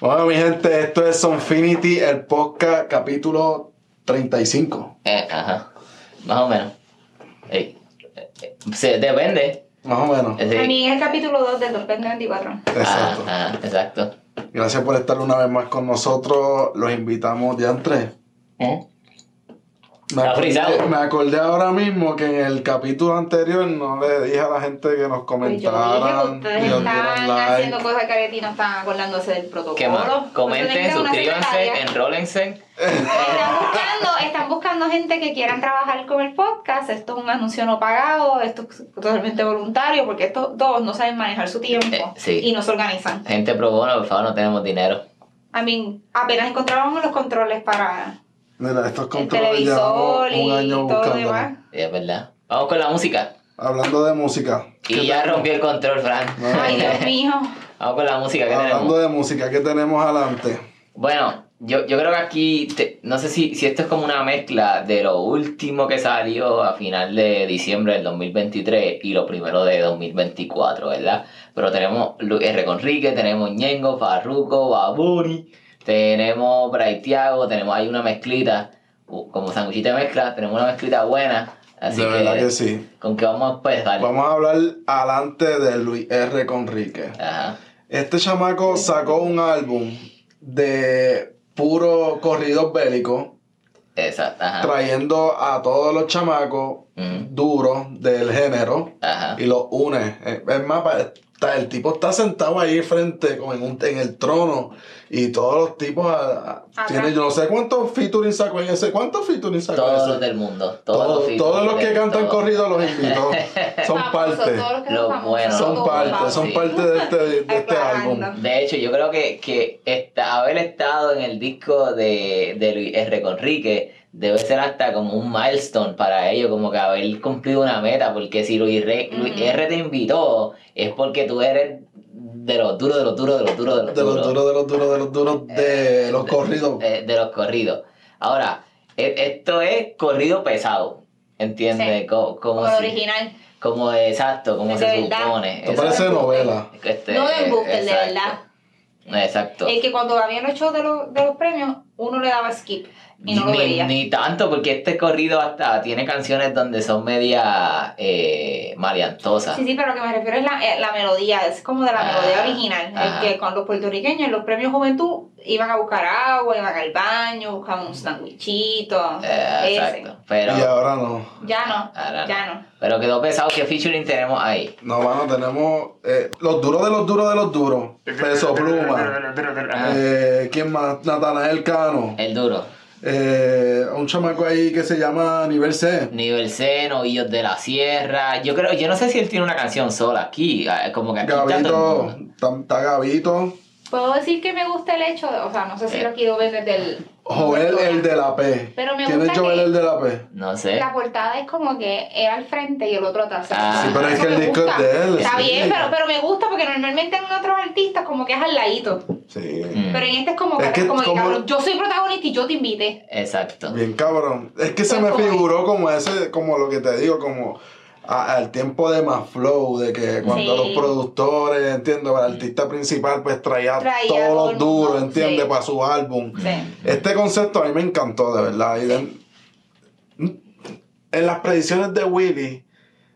Bueno, mi gente, esto es Sonfinity, el podcast, capítulo 35. Eh, ajá. Más o menos. Ey, eh, eh, se, depende. Más o menos. Es decir, A mí es el capítulo 2 del 2024. ah, Exacto. ah, exacto. Gracias por estar una vez más con nosotros. Los invitamos de antes. ¿Eh? Me Está frisado. acordé, me acordé ahora mismo que en el capítulo anterior no le dije a la gente que nos Pues yo dije que comentaran ustedes y nos están dieran like. haciendo cosas que y no están acordándose del protocolo. Pues ¿Qué más? Ustedes Comenten, tienen una suscríbanse, secretaria. enrólense. Están buscando, están buscando gente que quieran trabajar con el podcast. Esto es un anuncio no pagado, esto es totalmente voluntario, porque estos dos no saben manejar su tiempo Eh, sí. y no se organizan. Gente pro bono, por favor, no tenemos dinero. A mí, apenas encontrábamos los controles para Mira, estos el controles llevamos televisor un y año todo lo buscando. demás. Sí, es verdad. Vamos con la música. Hablando de música. ¿qué Y ya tenemos? rompí el control, Fran. Ah. Ay, Dios mío. Vamos con la música que Hablando tenemos. de música, ¿qué tenemos adelante? Bueno, yo, yo creo que aquí, te- no sé si, si esto es como una mezcla de lo último que salió a final de diciembre del 2023 y lo primero de 2024, ¿verdad? Pero tenemos Lu- R. Conrique, tenemos Ñengo, Farruko, Baburi, tenemos Bray Tiago, tenemos ahí una mezclita, u- como sanguchita de mezcla, tenemos una mezclita buena, así de verdad que que, sí. con que vamos a empezar. Vamos a hablar adelante de Luis R. Conrique. Ajá. Este chamaco sacó un álbum de puro corridos bélicos, Exacto, ajá. trayendo a todos los chamacos Ujú, duros del género Ajá. y los une. Eh, Es más, pa- está- el tipo está sentado ahí frente como en, un- en el trono y todos los tipos a- a- Atrás. tienen, yo no sé cuántos featuring sacó en ese, cuántos featuring sacó en Todos ese? los del mundo. Todos, Todos, los, todos los que del- cantan todos. corrido los invito. Son Famosos, parte. todos los que Los famosos, buenos. todos Son parte, famosos. son parte de este, de este pues, álbum. Aclarando. De hecho, yo creo que, que esta- haber estado en el disco de, de Luis R. Conrique debe ser hasta como un milestone para ellos, como que haber cumplido una meta, porque si Luis R, Luis Ujú. R. te invitó, es porque tú eres de los duros, de los duros, de los duros, de los De los duros. duros, de los duros, de los duros, de Eh, los de- corridos. eh, de los corridos. Ahora, e- esto es corrido pesado, ¿entiendes? Sí. Co- Como, Como el si- original. como exacto, como De se verdad. supone. Esto exacto. parece exacto. novela. Este, No de embuste, el de exacto. verdad. Exacto. El que cuando habían los shows de los, de los premios, uno le daba skip y no lo ni, veía. ni tanto, porque este corrido hasta tiene canciones donde son media eh, maleantosas. Sí, sí, pero lo que me refiero es la, eh, la melodía, es como de la Ah, melodía original. ajá. El que con los puertorriqueños, en los premios juventud, iban a buscar agua, iban al baño, buscaban un sandwichito. Eh, ese. exacto. Pero, Y ahora no. Ya no, Ahora no. ya no. pero quedó pesado que featuring tenemos ahí. No, mano, tenemos eh, los duros de los duros de los duros. Peso Pluma. Ajá. Eh, ¿Quién más? Natanael Cano. El duro. Eh, un chamaco ahí que se llama Nivel C. Nivel C, Novillos de la Sierra. Yo creo, yo no sé si él tiene una canción sola aquí. eh, Como que aquí está todo el Gabito. mundo. Está está Gabito. Puedo decir que me gusta el hecho, de- o sea, no sé si Eh. lo quiero ver desde el... Joel, el de la P. Pero me ¿Quién es gusta Joel, que- el de la P? No sé. La portada es como que era al frente y el otro atrás. Ah. Sí, pero es Eso que el me disco gusta. es de él, Está sí. bien, pero, pero me gusta porque normalmente en otros artistas como que es al ladito. Sí. Mm, Pero en este es como, Es que, que como que, como- cabrón, yo soy protagonista y yo te invité. Exacto. Bien cabrón. Es que se Pues me como- figuró como ese, como lo que te digo, como a- al tiempo de más flow, de que cuando Sí. los productores, entiendo, el artista principal pues traía, Traía todo todos el los duros, mundo, entiende, sí. para su álbum. Sí. Este concepto a mí me encantó, de verdad. Y de- en las predicciones de Willy,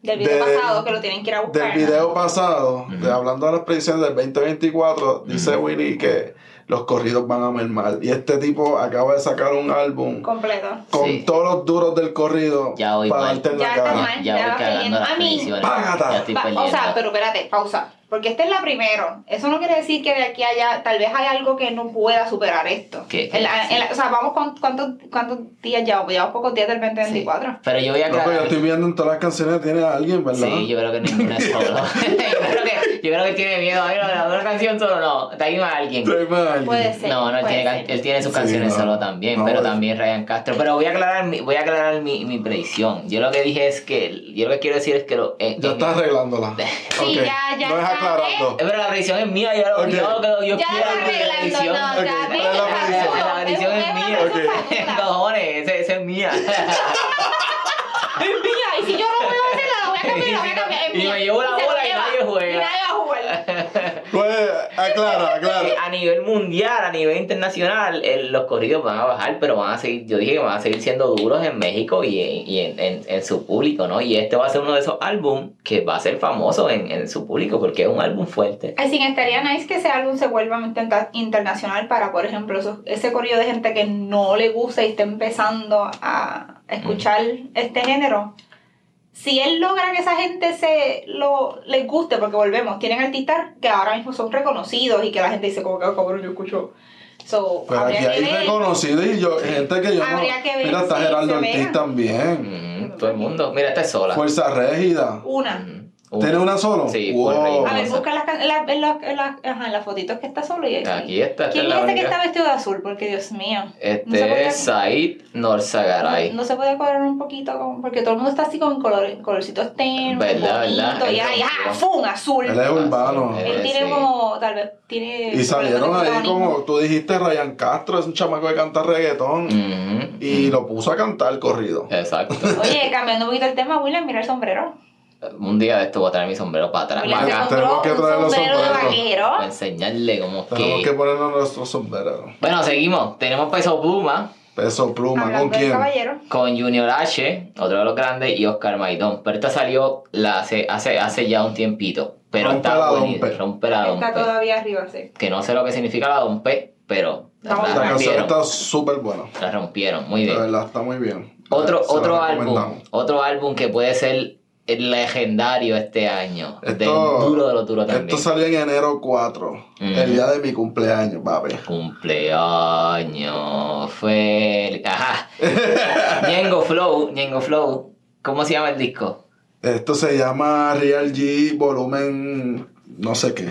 Del video Del- pasado que lo tienen que ir a buscar. del video pasado, de- Ujú. hablando de las predicciones del 2024, dice Ujú. Willy que los corridos van a mermar. Y este tipo acaba de sacar un álbum Completo. con Sí. todos los duros del corrido Ya voy para mal. darte en la Ya está cara. mal. Ya Ya voy va cagando perdiendo. las A mí- predicciones. Págata. Ya estoy Va- o sea, perdiendo. pero espérate, pausa. Porque esta es la primero. Eso no quiere decir que de aquí a allá tal vez hay algo que no pueda superar esto. ¿Qué? En la- en la- o sea, vamos con cuántos, cuántos días ya, llevamos pocos días del Sí. 2024. Pero yo voy a No, pero yo aclarar. estoy viendo en todas las canciones tiene a alguien, ¿verdad? Sí, yo creo que ninguno es solo. yo, creo que, yo creo que tiene miedo a ver a una canción solo, no. Está ahí más alguien. Tráeme a alguien. Puede ser. No, no, él puede tiene, ser. can- él tiene sus Sí, canciones no. solo también, No, pero pues. también Ryan Castro. Pero voy a aclarar mi, voy a aclarar mi, mi predicción. Yo lo que dije es que, yo lo que quiero decir es que... Lo, eh, en- Ya en- está arreglándola. Sí, Ok, ya- ya No es está, aclarando. Eh, Pero la predicción es mía, yo, lo- Ok. yo, lo que yo Ya quiero está mi arreglando, predicción. no, Ok, ya, ¿cuál es la mira, predicción? eso, La predicción eso, es eso, mía. eso, Ok. eso, eso. Cojones, esa esa es mía. Es mía, y si yo no puedo hacerla, la voy a cambiar, la voy a cambiar. es Y mía. me llevo la se lo bola y lleva. nadie juega. Nadie va a jugar. Pues, aclara, aclara. Eh, A nivel mundial, a nivel internacional, eh, los corridos van a bajar, pero van a seguir, yo dije que van a seguir siendo duros en México y en, y en- en- en su público, ¿no? Y este va a ser uno de esos álbumes que va a ser famoso en, en su público porque es un álbum fuerte. Así que estaría nice que ese álbum se vuelva intenta- internacional para, por ejemplo, esos- ese corrido de gente que no le gusta y está empezando a escuchar este género. Si él logra que esa gente se lo les guste, porque volvemos, tienen artistas que ahora mismo son reconocidos y que la gente dice como que "Oh, cabrón yo escucho. So, Pero aquí habría que hay ver. reconocidos y yo, gente que yo no. Habría que ver Mira, está si Gerardo se Ortiz pegan. también. Ujú, Mm, todo el mundo. Mira, esta es sola. Mm, Fuerza Régida. Una. Ujú. ¿Tiene una solo? Sí, wow. Fuerza A ver, Hermosa. busca las, can- las, las- las- ajá, las fotitos que está solo y Aquí está. esta ¿Quién es es la este que única. está vestido de azul? Porque Dios mío. No se Este podía- es Said Norzagaray. No, no se puede colorar un poquito, como- porque todo el mundo está así con color, colorcitos tenues, Verdad, verdad. bonito, y Él ahí, cambió. ¡ah, ¡fum! Azul. Él es urbano. Él Él tiene Ah, Eh, sí. como, tal vez, tiene... Y salieron ahí protagonismo. como tú dijiste, Ryan Castro es un chamaco que canta Mm. reggaetón Ujú. y lo puso a cantar corrido. Mm-hmm. Exacto. Oye, cambiando un poquito el tema, William, mira el sombrero. Un día de esto voy a traer mi sombrero para atrás. William se Para acá. tenemos compró que un traer los sombrero de sombreros. vaquero. Para enseñarle cómo Tenemos que. que ponernos nuestro sombrero. Bueno, seguimos. Tenemos Peso Pluma Peso pluma, ¿con Hablando del quién? caballero. con Junior H, otro de los grandes, y Oscar Maidón. Pero esta salió la hace, hace, hace ya un tiempito. Pero Rompe está la bonita. dompe. Rompe la Está dompe. todavía arriba, sí. Que no sé lo que significa la dompe, pero la, Vamos a La canción rompieron. está súper buena. La rompieron. Muy De bien. verdad, está muy bien. Otro, Se la otro álbum, recomendamos. otro álbum que puede ser el legendario este año. de Esto- un duro de lo duro también. Mm. Esto salió en enero 4, el día de mi cumpleaños, papi. Cumpleaños feliz. Ajá. Ñengo Flow, Ñengo Flow. ¿Cómo se llama el disco? Esto se llama Real G volumen no sé qué.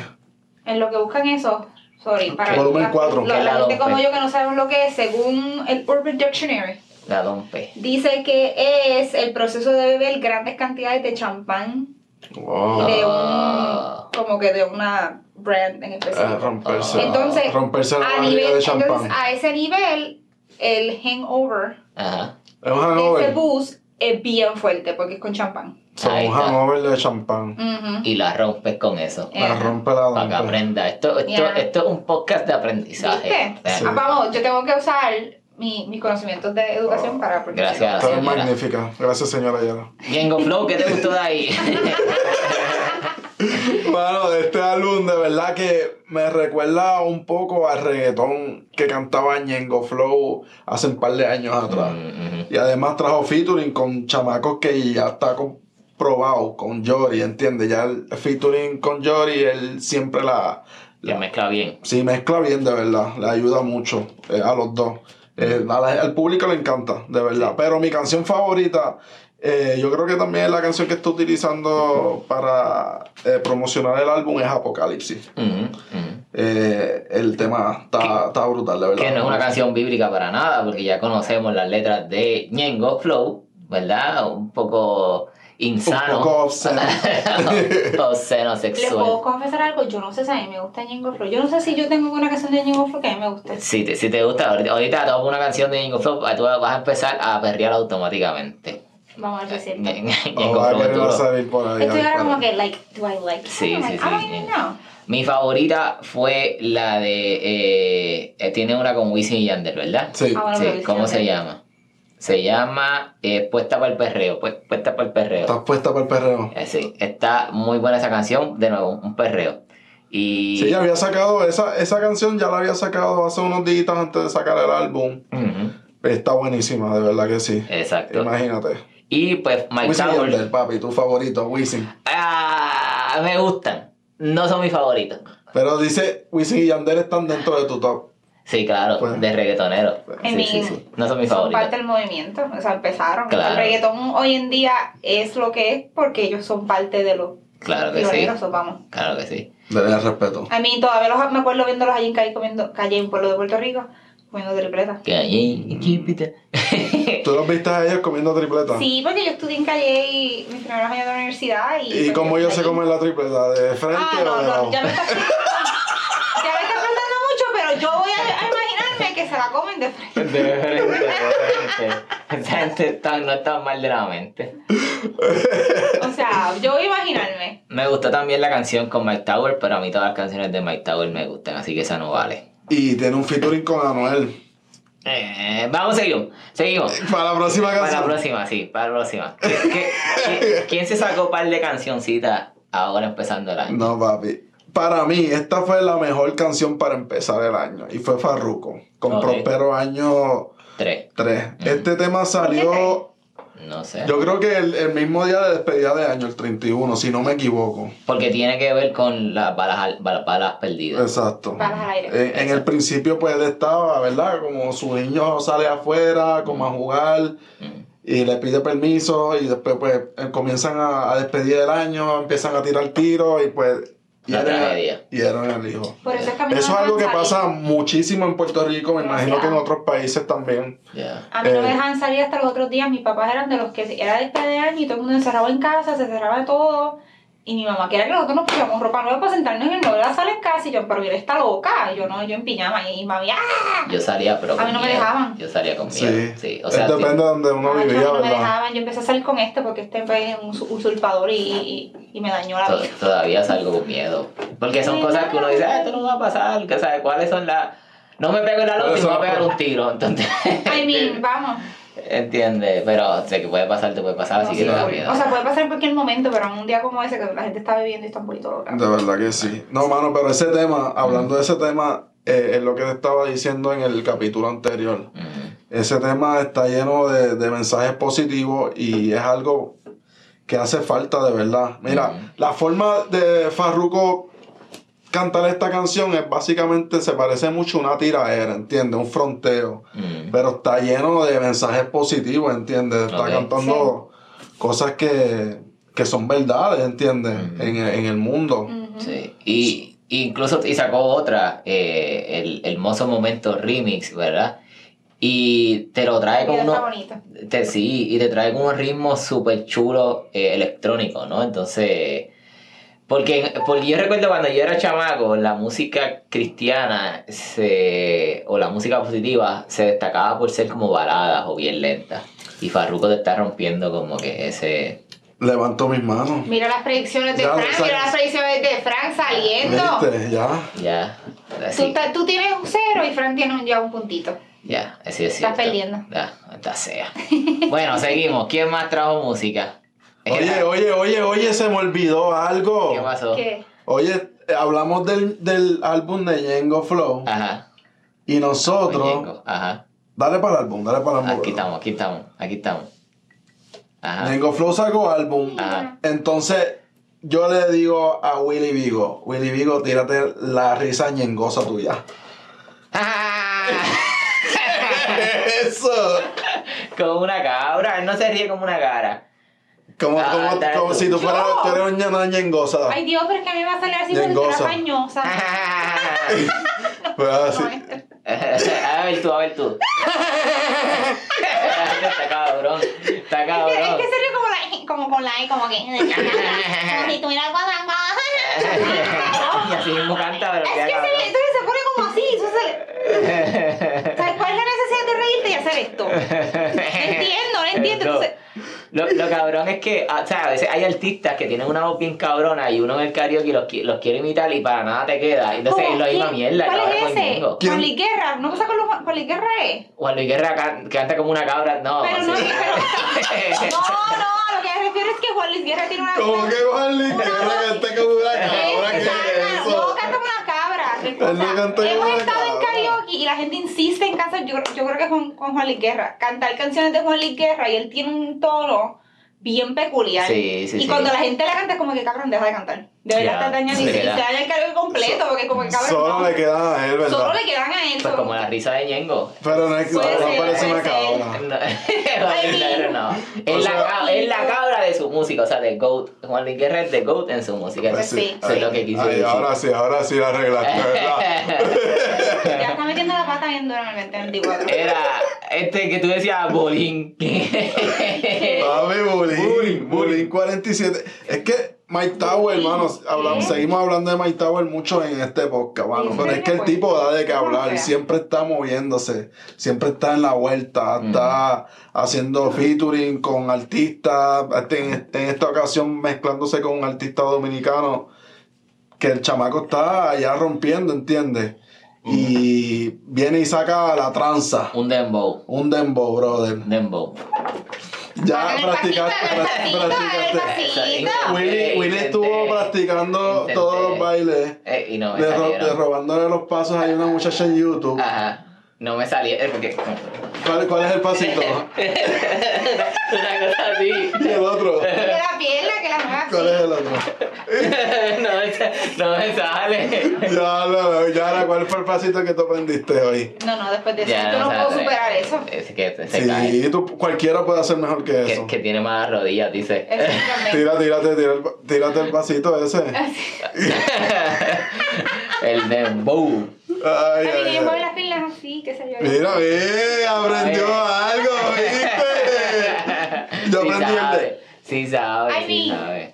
En lo que buscan eso, sorry, para Volumen la- cuatro. la- Que la la gente como rompe. yo que no sabemos lo que es, según el Urban Dictionary, La Dompe. dice que es el proceso de beber grandes cantidades de champán Wow. de Ah. un como que de una brand en Ah, específico. romperse, Entonces, romperse la a, barriga nivel, de entonces champán. a ese nivel, el hangover, Ajá. Es un ese hangover. bus es bien fuerte porque es con champán. Son Ahí un está. hangover de champán. Ujú. Y la rompes con eso. Eh, La Ajá. rompe la Para que dompe. aprenda. Esto, esto, Ya. esto es un podcast de aprendizaje. ¿Viste? Eh, Sí. Ah, vamos, yo tengo que usar mi, mis conocimientos de educación para... porque- Gracias. Está señora. magnífica. Gracias, señora Yara. Ñengo Flow, ¿qué te gustó de ahí? Bueno, de este álbum de verdad que me recuerda un poco al reggaetón que cantaba Ñengo Flow hace un par de años atrás. Mm, ujú. Y además trajo featuring con chamacos que ya está comprobado con Jory, ¿entiendes? Ya el featuring con Jory, él siempre la... Que la- mezcla bien. sí, mezcla bien, de verdad. Le ayuda mucho eh, a los dos. Eh, a la- al público le encanta, de verdad. Pero mi canción favorita, eh, yo creo que también es la canción que está utilizando para eh, promocionar el álbum, es Apocalipsis. Ujú, ujú. Eh, el tema está, está brutal, de verdad. Que no es una canción bíblica para nada, porque ya conocemos las letras de Ñengo Flow, ¿verdad? Un poco Un insano. poco obscena. obsceno Les puedo sexual. confesar algo, yo no sé si a mí me gusta Ñengo Flow. Yo no sé si yo tengo una canción de Ñengo Flow que a mí me guste. Si te, si te gusta, ahorita, ahorita te pongo una canción de Ñengo Flow, tú vas a empezar a perrear automáticamente. Vamos a ver si es cierto. Ñengo Vamos a Flow es querer duro. salir por ahí. Estoy ahora ahí, como pero- que, like, do I like? it? Sí, I'm like, sí, I don't sí, even sí. know. Mi favorita fue la de. eh, eh, tiene una con Wisin y Yandel, ¿verdad? Sí. Ah, bueno, Sí, pero Wisin ¿Cómo se Yandel. llama? Se llama eh, Puesta para el Perreo. pu- puesta para el Perreo. Estás puesta para el perreo. Eh, sí, está muy buena esa canción, de nuevo, un perreo. Y. Sí, ya había sacado esa, esa canción, ya la había sacado hace unos días antes de sacar el álbum. Ujú, Está buenísima, de verdad que sí. Exacto. Imagínate. Y pues Mike Wisin y Tower. Yandel, papi, tu favorito, Wisin. Ah, me gustan. No son mis favoritos. Pero dice, Wisin y Yandel están dentro de tu top. Sí, claro, Bueno. de reggaetonero. Bueno. Sí, I sí, mean, sí. No son mis son favoritos. parte del movimiento, o sea, empezaron. Claro. El reggaetón hoy en día es lo que es porque ellos son parte de los Claro que sí. pioneros, o vamos. Claro que sí. Dale respeto. A mí todavía los, me acuerdo viéndolos allí en calle, comiendo, calle en Pueblo de Puerto Rico, comiendo tripletas. Que allí, keep it. ¿Tú los viste a ellos comiendo tripleta? Sí, porque yo estudié en calle y mis primeros años de la universidad. ¿Y, pues, ¿Y cómo ellos se comen la tripleta? ¿De frente Ah, o no, de no, lado? ya me estás ya me estás preguntando mucho, pero yo voy a, a imaginarme que se la comen de frente. De frente, de frente. Esa gente está- no está mal de la mente. O sea, yo voy a imaginarme. Me gustó también la canción con Mike Tower, pero a mí todas las canciones de Mike Tower me gustan, así que esa no vale. Y tiene un featuring con Anuel. Eh, vamos, seguimos. Seguimos. Para la próxima Para la canción. próxima, sí, para la próxima. ¿Qué- qué- qué- ¿Quién se sacó par de cancioncitas ahora empezando el año? No, papi. Para mí, esta fue la mejor canción para empezar el año. Y fue Farruko. Con Ok. Mm. Prospero Año Tres. 3. Este tema salió, No sé. yo creo que el, el mismo día de despedida de año, el 31, si no me equivoco. Porque tiene que ver con las balas, al- bal- balas perdidas. Exacto. Eh, Balas al aire. En- En, el principio, pues él estaba, ¿verdad? Como su niño sale afuera, como a jugar, Mm. y le pide permiso, y después, pues eh, comienzan a, a despedir el año, empiezan a tirar tiros, y pues. La hieren- tragedia. hieren al hijo. Por eso es que a mí no Eso es me algo que dejan pasa salir. muchísimo en Puerto Rico, me imagino Demasiado. que en otros países también. Ya. A mí no me eh, dejan salir hasta los otros días. Mis papás eran de los que era despedida de año y todo el mundo encerrado en casa, se cerraba todo. Y mi mamá quería que nosotros nos pusiéramos ropa nueva para sentarnos en el nuevo de la sala en casa. Y yo, pero mira, está loca. Y yo no, yo en pijama. Y mami, ¡ah! Yo salía, pero. A mí con no me miedo. dejaban. Yo salía con Sí. miedo. Sí. O sea, Es sí. depende de donde uno Ay, vivía, no me ¿verdad? dejaban. Yo empecé a salir con este porque este fue un us- usurpador y, y- y me dañó la To- vida. todavía salgo con miedo. Porque son cosas que uno dice, ah, esto no va a pasar, que sabe cuáles son las... No me pego en la Pero loca y me eso voy a no pegar puede- un tiro, entonces... Ay, mi, vamos. ¿Entiendes? Pero sé que puede pasar, te puede pasar, No, así que sí, no da full. miedo. o sea, puede pasar en cualquier momento, pero en un día como ese que la gente está bebiendo y está un poquito loca. De verdad que sí. No, mano, pero ese tema, hablando de ese tema, eh, es lo que te estaba diciendo en el capítulo anterior. Mm, Ese tema está lleno de, de mensajes positivos y es algo que hace falta de verdad. Mira, Ujú. la forma de Farruko cantar esta canción es básicamente, se parece mucho a una tiraera, ¿entiendes? Un fronteo. mm. Pero está lleno de mensajes positivos, ¿entiendes? Está Ok. cantando cosas que, que son verdades, ¿entiendes? Ujú. en, el- en el mundo. Ujú. Sí. Y y incluso y sacó otra, eh, el el Hermoso Momento Remix, ¿verdad? Y te lo trae El con video unos... está bonito. Te, sí, y te traen unos ritmos súper chulos eh, electrónicos, ¿no? Entonces, porque, porque yo recuerdo cuando yo era chamaco, la música cristiana se, o la música positiva se destacaba por ser como baladas o bien lentas. Y Farruko te está rompiendo como que ese... Levanto mis manos. Mira las predicciones de Ya, Frank, exacto. mira las predicciones de Frank saliendo. ¿Viste? Ya. Ya, Tú, así, ta- tú tienes un cero y Frank tiene un, ya un puntito. ya, así es Estás cierto. perdiendo. Ya, esta sea. Bueno, seguimos. ¿Quién más trajo música? Oye, oye, oye, oye, se me olvidó algo. ¿Qué pasó? ¿Qué? Oye, eh, hablamos del, del álbum de Yengo Flow. Ajá. Y nosotros. Ah, Ñengo, Ajá. Dale para el álbum, dale para el álbum. Aquí estamos, Ah. aquí estamos, aquí estamos. Ajá. Yengo Flow sacó álbum. Ajá. Entonces, yo le digo a Willy Vigo: Willy Vigo, tírate la risa ñengosa tuya. Eso. como una cabra, él no se ríe como una cara. Como, Ah, como, dale como tú. si tú fueras Yo. tú eres una ñana ñengosa. Ay Dios, pero es que a mí me va a salir así porque Ñengosa. era pañosa. Pues así. No, es- a ver tú, a ver tú. está cabrón, está Es que, es cabrón. que sería como, la, como con la E, como que. Como si tuviera guasa- guasa. Y así mismo canta, pero Es que queda se, le- cabrón. entonces se pone como así. eso se le- o sea, ¿Cuál es la necesidad de reírte y hacer esto? No entiendo, no entiendo. No. Entonces, Lo, lo cabrón es que, ah, o sea, a veces hay artistas que tienen una voz bien cabrona y uno en el karaoke los, qui- los quiere imitar y para nada te queda. Entonces ¿cómo? es la misma ¿Quién? mierda. ¿Cuál cabrón, es con ese? Ñengo. ¿Quién? Juan Luis Guerra. ¿No pasa con los Juan Luis Guerra? es? Juan Luis Guerra can- canta como una cabra. No, Pero no, sí. pero- No, no, a lo que me refiero es que Juan Luis Guerra tiene una. Como que Willy, Una que yo voz. le canté como una cabra, Eh, ¿qué es exacto, No, eso? canta como una cabra. ¿qué cosa? Él no canta como Hemos una estado en cabra. karaoke y la gente insiste en cantar. Yo, yo creo que es con, con Juan Luis Guerra. Cantar canciones de Juan Luis Guerra y él tiene un tono bien peculiar. Sí, sí, y sí. cuando la gente la canta es como que cabrón, deja de cantar. De verdad Ya, está dañando y se se, y se queda. daña el karaoke completo porque como que cabrón. Solo no. le quedan a él, ¿verdad? Solo le quedan a él. Esto es Pues como solo. la risa de Ñengo. Pero no, es, no, Puede no ser, parece puede una ser. cabra. No, pero no. O Es la, sea- ca- es la cabra de su música, o sea, de GOAT. Juan Luis Guerra es de GOAT en su música. Pues Eso sí, es lo que quise Ay, decir. Ahora sí, ahora sí la arreglaste, ¿verdad? Ya está metiendo la pata bien dura en el 2024. Era este que tú decías, Bolín. Eh, Papi, bullying, Bullying, bullying 47. Es que, Mike Tower, Uy, hermano, habla- ¿qué? seguimos hablando de Mike Tower mucho en este podcast, mano, Sí, pero es que el pues, tipo da de qué como hablar, sea. siempre está moviéndose, siempre está en la vuelta, Ujú. está haciendo featuring con artistas, este- en, en esta ocasión mezclándose con un artista dominicano, que el chamaco está allá rompiendo, ¿entiendes? Mm. Y viene y saca la tranza, Un dembow. un dembow, brother. Dembow. Ya Hagan el practicaste, pasito, pract- hagan el pasito, hagan el practicaste. Pasito. Willy, Willy estuvo practicando Intenté. todos los bailes. Eh, y no me Le, ro- salieron. le Ah. robándole los pasos hay una muchacha en YouTube. Ajá. No me salía. Es porque. ¿Cuál, cuál es el pasito? Una cosa así. y el otro. Que la pierna, que la haga ¿Cuál es así. el otro? no, me, sa- no me sale. Ya, la- ya, la- ¿cuál fue el pasito que tú aprendiste hoy? No, no, después de eso, Ya, yo no puedo sale. superar eso. Es que se cae. Sí, tú, cualquiera puede hacer mejor que Que, eso. que tiene malas rodillas, dice. Exactamente. Tira, tírate, tira el, pa- tírate el pasito ese. Ay, El dembow. ay, A mí que yo mueve ay. las piernas así, que se yo. Mira, ve, aprendió Ay. algo, ¿viste? Yo sí aprendí el de- sabe, sí sabe, Ay, sí mi. sabe.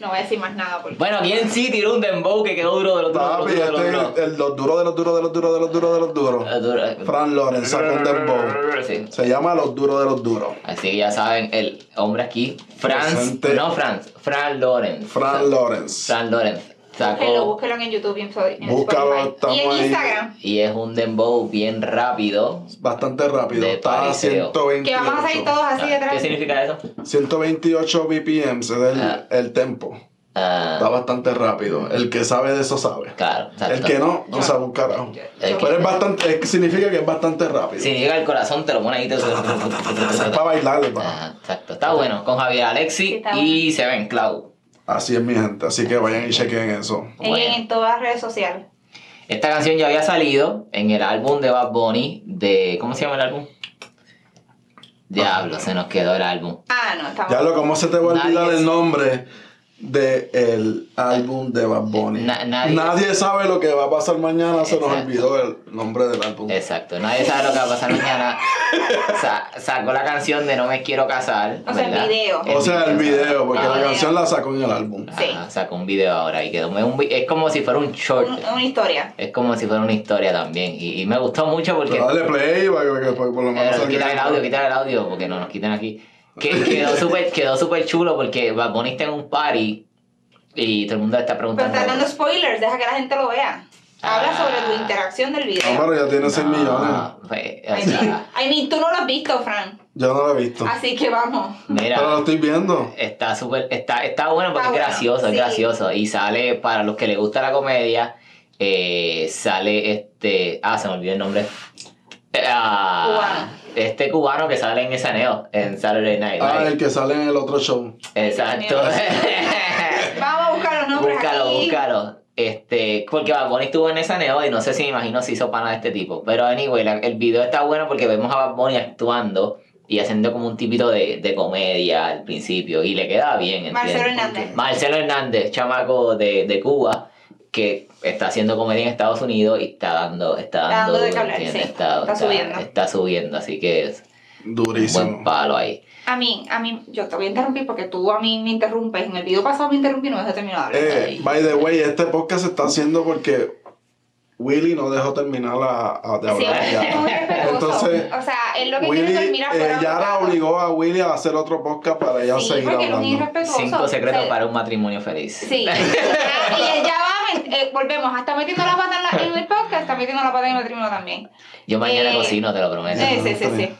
No voy a decir más nada porque. Bueno, ¿quién sí tiró un dembow que quedó duro de los duros? Papi, de los este es duros, de los el, el- los duros de los duros de los duros de los duros de los duros. duros? Los duros. Fran Loren sacó un dembow. Sí. Se llama Los Duros de los Duros. Así que ya saben, el hombre aquí, Franz, Presente. no Franz, Fran Lawrence. Fran Lawrence. Fran Lawrence Búsquelo, sacó búsquelo en YouTube y en, Spotify. Búscalo, Y en estamos ahí. Instagram. y es un dembow bien rápido. Bastante rápido. De Está a pariseo. 128. Que vamos a salir todos así Ah, ¿Qué detrás. significa eso? 128 BPM es el, Ah. el tempo. Ah, Está bastante rápido. El que sabe de eso sabe. claro, exacto. El que no, no Yo- sabe un carajo. El que- Pero es bastante, es que significa que es bastante rápido. Si llega el corazón, te lo pone ahí. Te... Es para bailarle, pa. Ah, exacto. Está bueno. Con Javier Sí, Alexi está y Seven Cloud. Así es mi gente. Así que vayan y chequen eso. Y en, en todas las redes sociales. Esta canción ya había salido en el álbum de Bad Bunny de. ¿Cómo se llama el álbum? Diablo, se nos quedó el álbum. Ah, no, estamos. Ya lo, ¿cómo se te va a olvidar Nadie- el nombre del álbum de Bad Bunny? Eh, Na- nadie- sabe lo que va a pasar mañana, se nos Exacto. olvidó el nombre del álbum. Exacto. Nadie sabe lo que va a pasar mañana. Sa- sacó la canción de No me quiero casar. O sea, el ¿verdad? video. o sea, el video, porque Ah, la video. canción la sacó en el álbum. Sí. ajá, sacó un video ahora y quedó. Es, un vi- es como si fuera un short. Un- una historia. Es como si fuera una historia también. Y, y me gustó mucho porque. Pero dale play para que, que por, por lo menos Pero salga quitar el- el audio, quitar el audio, porque no nos quitan aquí. Que, quedó súper quedó súper chulo porque Bad Bunny está en un party y todo el mundo está Pero preguntando. estás dando spoilers, deja que la gente lo vea. Habla Ah. sobre tu interacción del video. No, pero ya tiene 6 millones. No, Ah, pues, o I mean, sea, I mean, tú no lo has visto, Fran. Yo no lo he visto. Así que vamos. Pero lo mira, estoy viendo. está súper, está, está bueno porque es Está bueno, gracioso, es sí. gracioso. Y sale, para los que les gusta la comedia, eh, sale este, ah, se me olvidó el nombre. Eh, ah, Este cubano que sale en Saneo, en Saturday Night Ah, Live. el que sale en el otro show. Exacto. Vamos a buscar los nombres Búscalo, aquí. búscalo. Este, porque Bad Bunny estuvo en esa neo y no sé si me imagino si hizo pana de este tipo. Pero anyway, la- el video está bueno porque vemos a Bad Bunny actuando y haciendo como un tipito de, de comedia al principio. Y le queda bien, ¿entiendes? Marcelo Hernández. Marcelo Hernández, chamaco de, de Cuba, que está haciendo comedia en Estados Unidos y está dando, está Está dando, dando de qué hablar, ¿entiendes? sí. Está subiendo. Está subiendo, así que es un buen Durísimo. palo ahí. A mí, a mí, yo te voy a interrumpir porque tú a mí me interrumpes. En el video pasado me interrumpí y no me has terminado de hablar. Eh, by the way, este podcast se está haciendo porque Willy no dejó terminar la, a- de Sí, hablar es muy ya. respetuoso. Entonces, o sea, él lo que Willy, quiere dormir eh, afuera. Yara obligó a Willy a hacer otro podcast para ella sí, seguir porque él es un hablando. irrespetuoso. Cinco secretos O sea, para un matrimonio feliz. Sí. Ah, y él ya va, met- eh, volvemos, está metiendo la pata en, la- en el podcast, está metiendo la pata en el matrimonio también. Yo mañana Eh, cocino, te lo prometo. Sí, sí, sí, sí.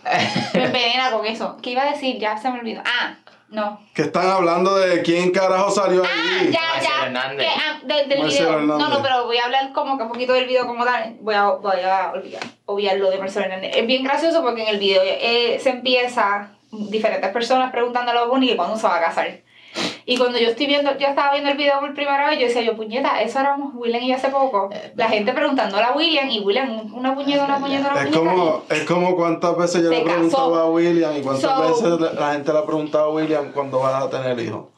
Me envenena con eso. ¿Qué iba a decir? Ya se me olvidó. Ah, no. Que están hablando de quién carajo salió Ah, ahí. ya, Marcelo ya. Hernández. Que, ah, de- del Marcelo video. No, Hernández. no, pero voy a hablar como que un poquito del video como tal. Voy a, voy a olvidar, obviar lo de Marcelo Hernández. Es bien gracioso porque en el video eh, se empieza diferentes personas preguntándole a Bonnie que cuándo se va a casar. Y cuando yo estoy viendo, yo estaba viendo el video por primera vez, yo decía yo, puñeta, eso éramos William y yo hace poco. Eh, La gente preguntándole a William y William, una puñeta, una puñeta, una Es puñeta. como, es como cuántas veces yo Se le preguntaba casó. a William y cuántas So- veces la, la gente le ha preguntado a William cuándo vas a tener hijos.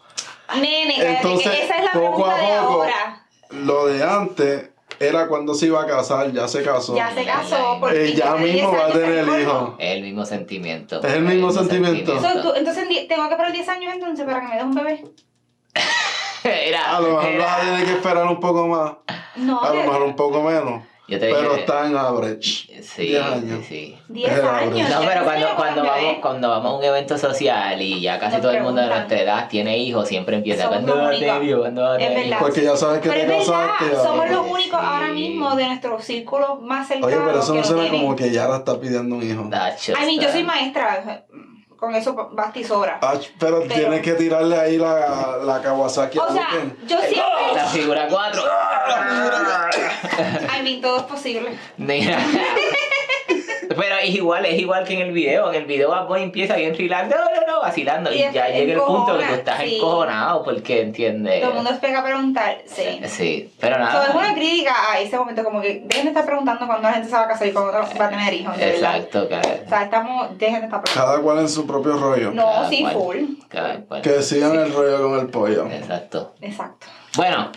Nene, cállate, Entonces, que esa es la poco a pregunta de poco, ahora. Lo de antes era cuando se iba a casar, ya se casó. Ya se casó. porque Eh, ya tiene 10 mismo va a años, se tener el formó. hijo. Es el mismo sentimiento. Es el mismo sentimiento. So, tú- entonces di- tengo que esperar 10 años entonces para que me des un bebé. Era- A Ah, lo mejor era- vas a tener que esperar un poco más, No, a lo que- mejor un poco menos, Yo te pero dije- está en average. Sí, 10 años. sí, sí. 10 Era, años. bro. No, yo pero sé cuando, cómo cuando, me vamos, ve. cuando vamos a un evento social y ya casi Nos todo el mundo de preguntan. nuestra edad tiene hijos, siempre empieza Somos cuando los va a tener únicos. hijos? ¿Cuándo va a Es tener verdad. hijos? Porque ya sabes que Pero te es verdad, casaste. somos ahora. los únicos Sí. ahora mismo de nuestro círculo más cercano. Oye, pero eso que no suena tienen. como que Yara está pidiendo un hijo. Nacho, A mí, yo está- soy maestra. Con eso basta y sobra. Ah, pero, Pero- tienes que tirarle ahí la, la Kawasaki. a O sea, Luquen. yo siempre. La figura 4. I mean, todo es posible. Mira. Pero es igual, es igual que en el video. En el video Bad Bunny empieza bien relajado, no, no, no, vacilando. Y, Y ya después llega el punto que tú encojona, estás sí. encojonado porque entiendes. Todo el mundo se pega a preguntar. Sí. Sí, Ah. pero So, es una nada. crítica a ese momento, como que dejen de estar preguntando cuándo la gente se va a casar y cuándo va a tener hijos. de verdad. Exacto, O cada, sea, estamos, dejen de estar preguntando. Cada cual en su propio rollo. No, cada sí, cual. full. cada cual. Que sigan el rollo con el pollo. Exacto. Exacto. Bueno,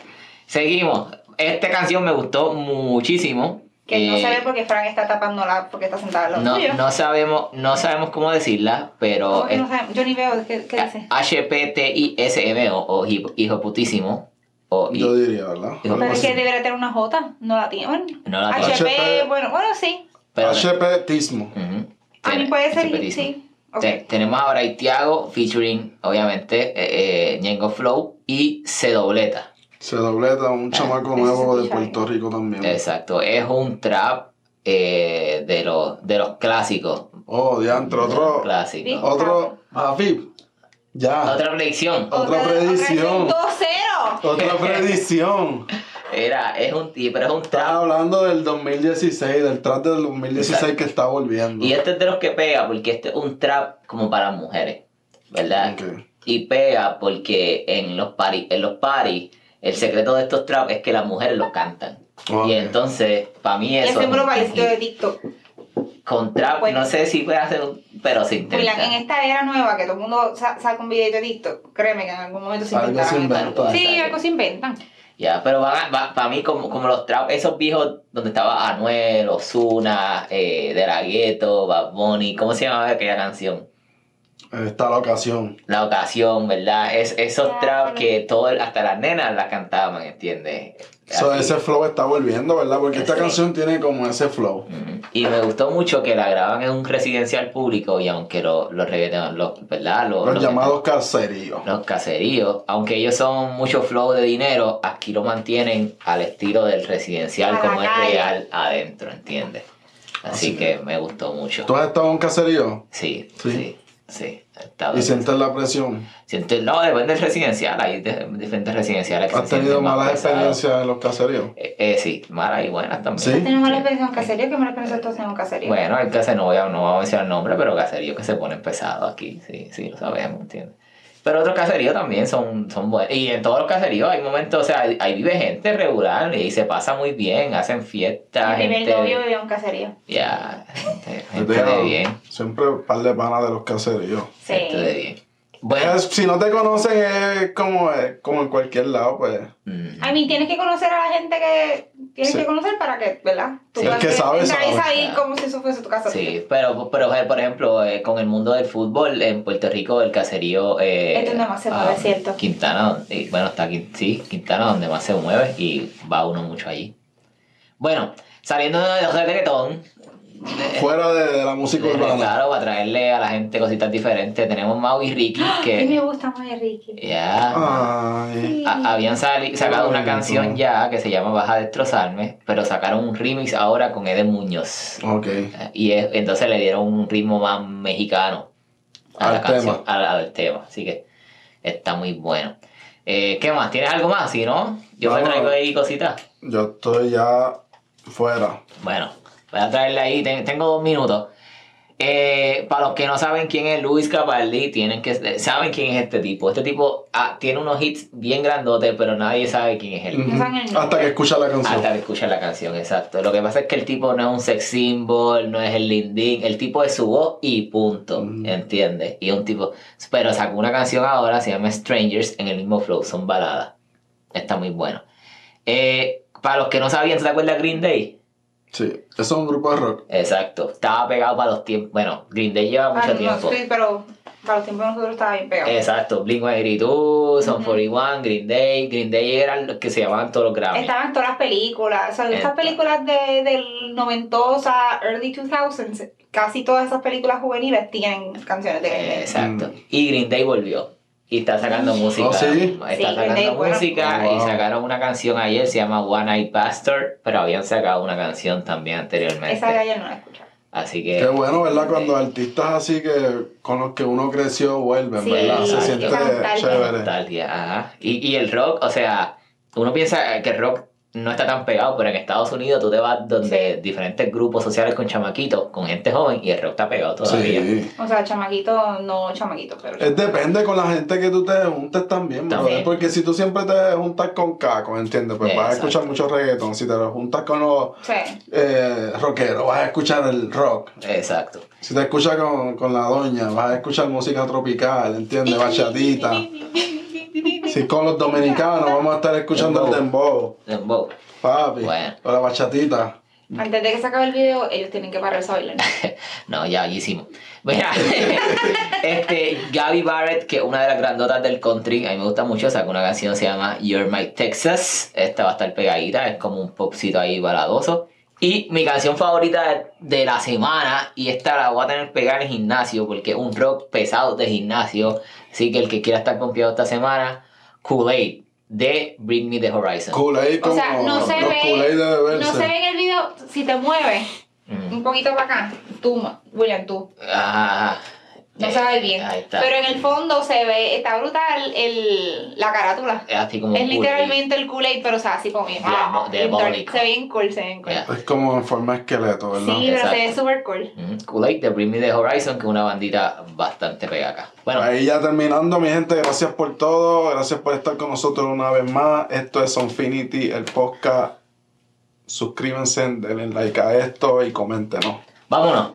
seguimos. Esta canción me gustó muchísimo. Que no Eh, se ve porque Frank está tapándola porque está sentada al lado no, tuyo. no eh, sabemos, no sabemos cómo decirla, pero ¿Cómo que es no sabemos? Yo ni veo qué, Ah, qué dice. HPTISM o, o hi- hijo putísimo. O hi- Yo diría, ¿verdad? Pero Algo Pero es así. que debería tener una J, no la tiene. Bueno, No la tiene. HP, HP. bueno, bueno, sí. pero- HPTismo. Ujú. A mí Tiene- puede ser, HPTismo. sí. Ok. Te- tenemos ahora a Tiago featuring, obviamente, eh, eh, Ñengo Flow y C Dobleta. Se dobleta un Ah, chamaco ese nuevo de escucha bien. Puerto Rico también. Exacto, es un trap eh, de, los, de los clásicos. Oh, diantre, otro. Clásicos. Otro. Afib. Ya. Otra predicción. Otra predicción. 2-0. Otra predicción. Era, es un tipo, pero es un Estaba trap. hablando del 2016, del trap del 2016 Exacto. que está volviendo. Y este es de los que pega, porque este es un trap como para mujeres, ¿verdad? Ok. Y pega porque en los paris, en los paris, el secreto de estos traps es que las mujeres los cantan. Ok. Y entonces, para mí Y eso. el símbolo es un- parecido de TikTok. Con trap, Bueno. no sé si puede hacer un. Pero se intenta. Julián, en esta era nueva que todo el mundo sa- saca un video de TikTok, créeme que en algún momento se Algo inventarán. se inventó. Sí, algo se inventan. Ya, pero para mí, como, como los trap, esos viejos donde estaba Anuel, Ozuna, eh, De La Ghetto, Bad Bunny, ¿cómo se llamaba aquella canción? Está la ocasión. la ocasión, ¿verdad? Es, esos Claro. traps que todo, el- hasta las nenas las cantaban, ¿entiendes? So, Así. ese flow está volviendo, ¿verdad? Porque esta Sí. canción tiene como ese flow. Ujú. Y me gustó mucho que la graban en un residencial público y aunque lo- los reggaetoneros, los, ¿verdad? Los, Los los- llamados carceríos. Los caseríos, aunque ellos son mucho flow de dinero, aquí lo mantienen al estilo del residencial A la como es calle. real adentro, ¿entiendes? Así, Así que me gustó mucho. ¿Tú has estado en un caserío? Sí, Sí. sí, sí. Estaba- Y sientes la presión. siento- no, depende del residencial, hay de- diferentes residenciales que ¿Has se tenido sienten más malas pesados. experiencias en los caseríos? Eh, eh, sí, malas y buenas también. ¿Sí? Tenemos mala experiencia en caserío, que mala experiencia todos tenemos en caserío. Bueno, el caserío, no voy, a, no voy a mencionar el nombre, pero caserío que se pone pesado aquí, sí, sí, lo sabemos, ¿entiendes? Pero otros caseríos también son, son buenos. Y en todos los caseríos hay momentos, o sea, ahí ahí vive gente regular y se pasa muy bien, hacen fiestas, Mi primer gente. novio vivía en un caserío. Ya, gente, Yo gente de tengo bien, Siempre un par de panas de los caseríos. gente de Sí. bien. Bueno, Es- si no te conocen es como, es como en cualquier lado, pues. mm, A mí tienes que conocer a la gente que tienes Sí. que conocer para que, ¿verdad? Tú Sí. El que sabe, entráis sabe. ahí como si eso fuese tu caserío. sí, pero, pero eh, por ejemplo, eh, con el mundo del fútbol, en Puerto Rico el caserío... Eh, Es donde más Este se ah, mueve, ¿cierto? Quintana, y, bueno, está Quin- sí, Quintana donde más se mueve y va uno mucho allí. Bueno, saliendo del reggaetón, Fuera de, de la música eh, urbana. claro, para traerle a la gente cositas diferentes, tenemos Mau y Ricky A mí me que gusta más de Ricky. ya Ah. Ay. Eh, a- habían sali- sacado una bonito. canción ya que se llama Vas a destrozarme, pero sacaron un remix ahora con Eden Muñoz. Ok. Y es- entonces le dieron un ritmo más mexicano a la Al canción, al, al tema. Así que está muy bueno. Eh, ¿Qué más? ¿Tienes algo más? Si no, yo me Vamos a traigo ver. ahí cositas. Yo estoy ya fuera. Bueno, voy a traerle ahí. ten- tengo dos minutos. Eh, para los que no saben quién es Luis Capaldi, tienen que eh, saben quién es este tipo. Este tipo ah, tiene unos hits bien grandotes, pero nadie sabe quién es él. Ujú. saben el nombre. Hasta que escucha la canción. Hasta que escuchas la canción, exacto. Lo que pasa es que el tipo no es un sex symbol, no es el lindín, el tipo es su voz y punto, Mm. ¿entiendes? Y un tipo, pero sacó una canción ahora, se llama Strangers, en el mismo flow, son baladas. Está muy bueno. Eh, Para los que no sabían, ¿se te acuerdas Green Day? Sí, eso es un grupo de rock. Exacto, estaba pegado para los tiempos. Bueno, Green Day lleva mucho Ah, no, tiempo. Eh, sí, pero para los tiempos de nosotros estaba bien pegado. Exacto, Blink 182, Son Ujú. 41, Green Day. Green Day eran los que se llamaban todos los Grammys. Estaban todas las películas, o sea, estas Exacto. películas de, del noventosa, early 2000s, casi todas esas películas juveniles tienen canciones de Green Day. Exacto. Mm. Y Green Day volvió. Y está sacando música. Oh, ¿sí? Está Sí, Green sacando Day, bueno. música Oh, y wow. sacaron una canción ayer, se llama One Eye Bastard, pero habían sacado una canción también anteriormente. Esa de ayer no la escuchaba. Así Qué que bueno, ¿verdad? Cuando artistas así que con los que uno creció vuelven, Sí, ¿verdad? Se exacto. siente Esa nostalgia. chévere. nostalgia, ajá. Y, y el rock, o sea, uno piensa que el rock no está tan pegado, pero en Estados Unidos tú te vas donde diferentes grupos sociales con chamaquitos, con gente joven, y el rock está pegado todavía. Sí. O sea, chamaquito, no chamaquito, pero... Es depende con la gente que tú te juntes también, ¿verdad? También. Porque si tú siempre te juntas con cacos, ¿entiendes? Pues vas a Exacto. escuchar mucho reggaetón. Si te lo juntas con los Sí. eh, rockeros, vas a escuchar el rock. Exacto. Si te escuchas con, con la doña, vas a escuchar música tropical, ¿entiendes? Bachatita. Si con los dominicanos vamos a estar escuchando el dembow, Dembow. papi, Bueno. o la bachatita. Antes de que se acabe el video, ellos tienen que pararse a bailar. No, ya hicimos. Mira, este, Gaby Barrett, que es una de las grandotas del country, a mí me gusta mucho, sacó una canción que se llama You're My Texas. Esta va a estar pegadita, es como un popcito ahí baladoso. Y mi canción favorita de de la semana, y esta la voy a tener pegada en el gimnasio, porque es un rock pesado de gimnasio. Así que el que quiera estar confiado esta semana, Kool-Aid de Bring Me the Horizon. Kool-Aid O como sea, no se los Kool-Aid de ve. No beberse. se ve en el video. Si te mueves Mm. un poquito para acá, tú, Ma- William, tú. Ah, No eh, se ve bien. Ahí está. Pero en el fondo se ve, está brutal el, la carátula. es así como Es un literalmente el Kool-Aid, pero o sea, así como bien. Diabó- ah, diabólico. Se ve bien cool, se ve bien cool. Yeah. Es como en forma de esqueleto, ¿verdad? Sí, pero se ve Exacto. súper cool. Mm, Kool-Aid de Bring Me the Horizon, que es una bandita bastante pegaca. Bueno, Ahí ya terminando, mi gente, gracias por todo, gracias por estar con nosotros una vez más. Esto es Sonfinity, el podcast. Suscríbanse, denle like a esto y coméntenos. vámonos.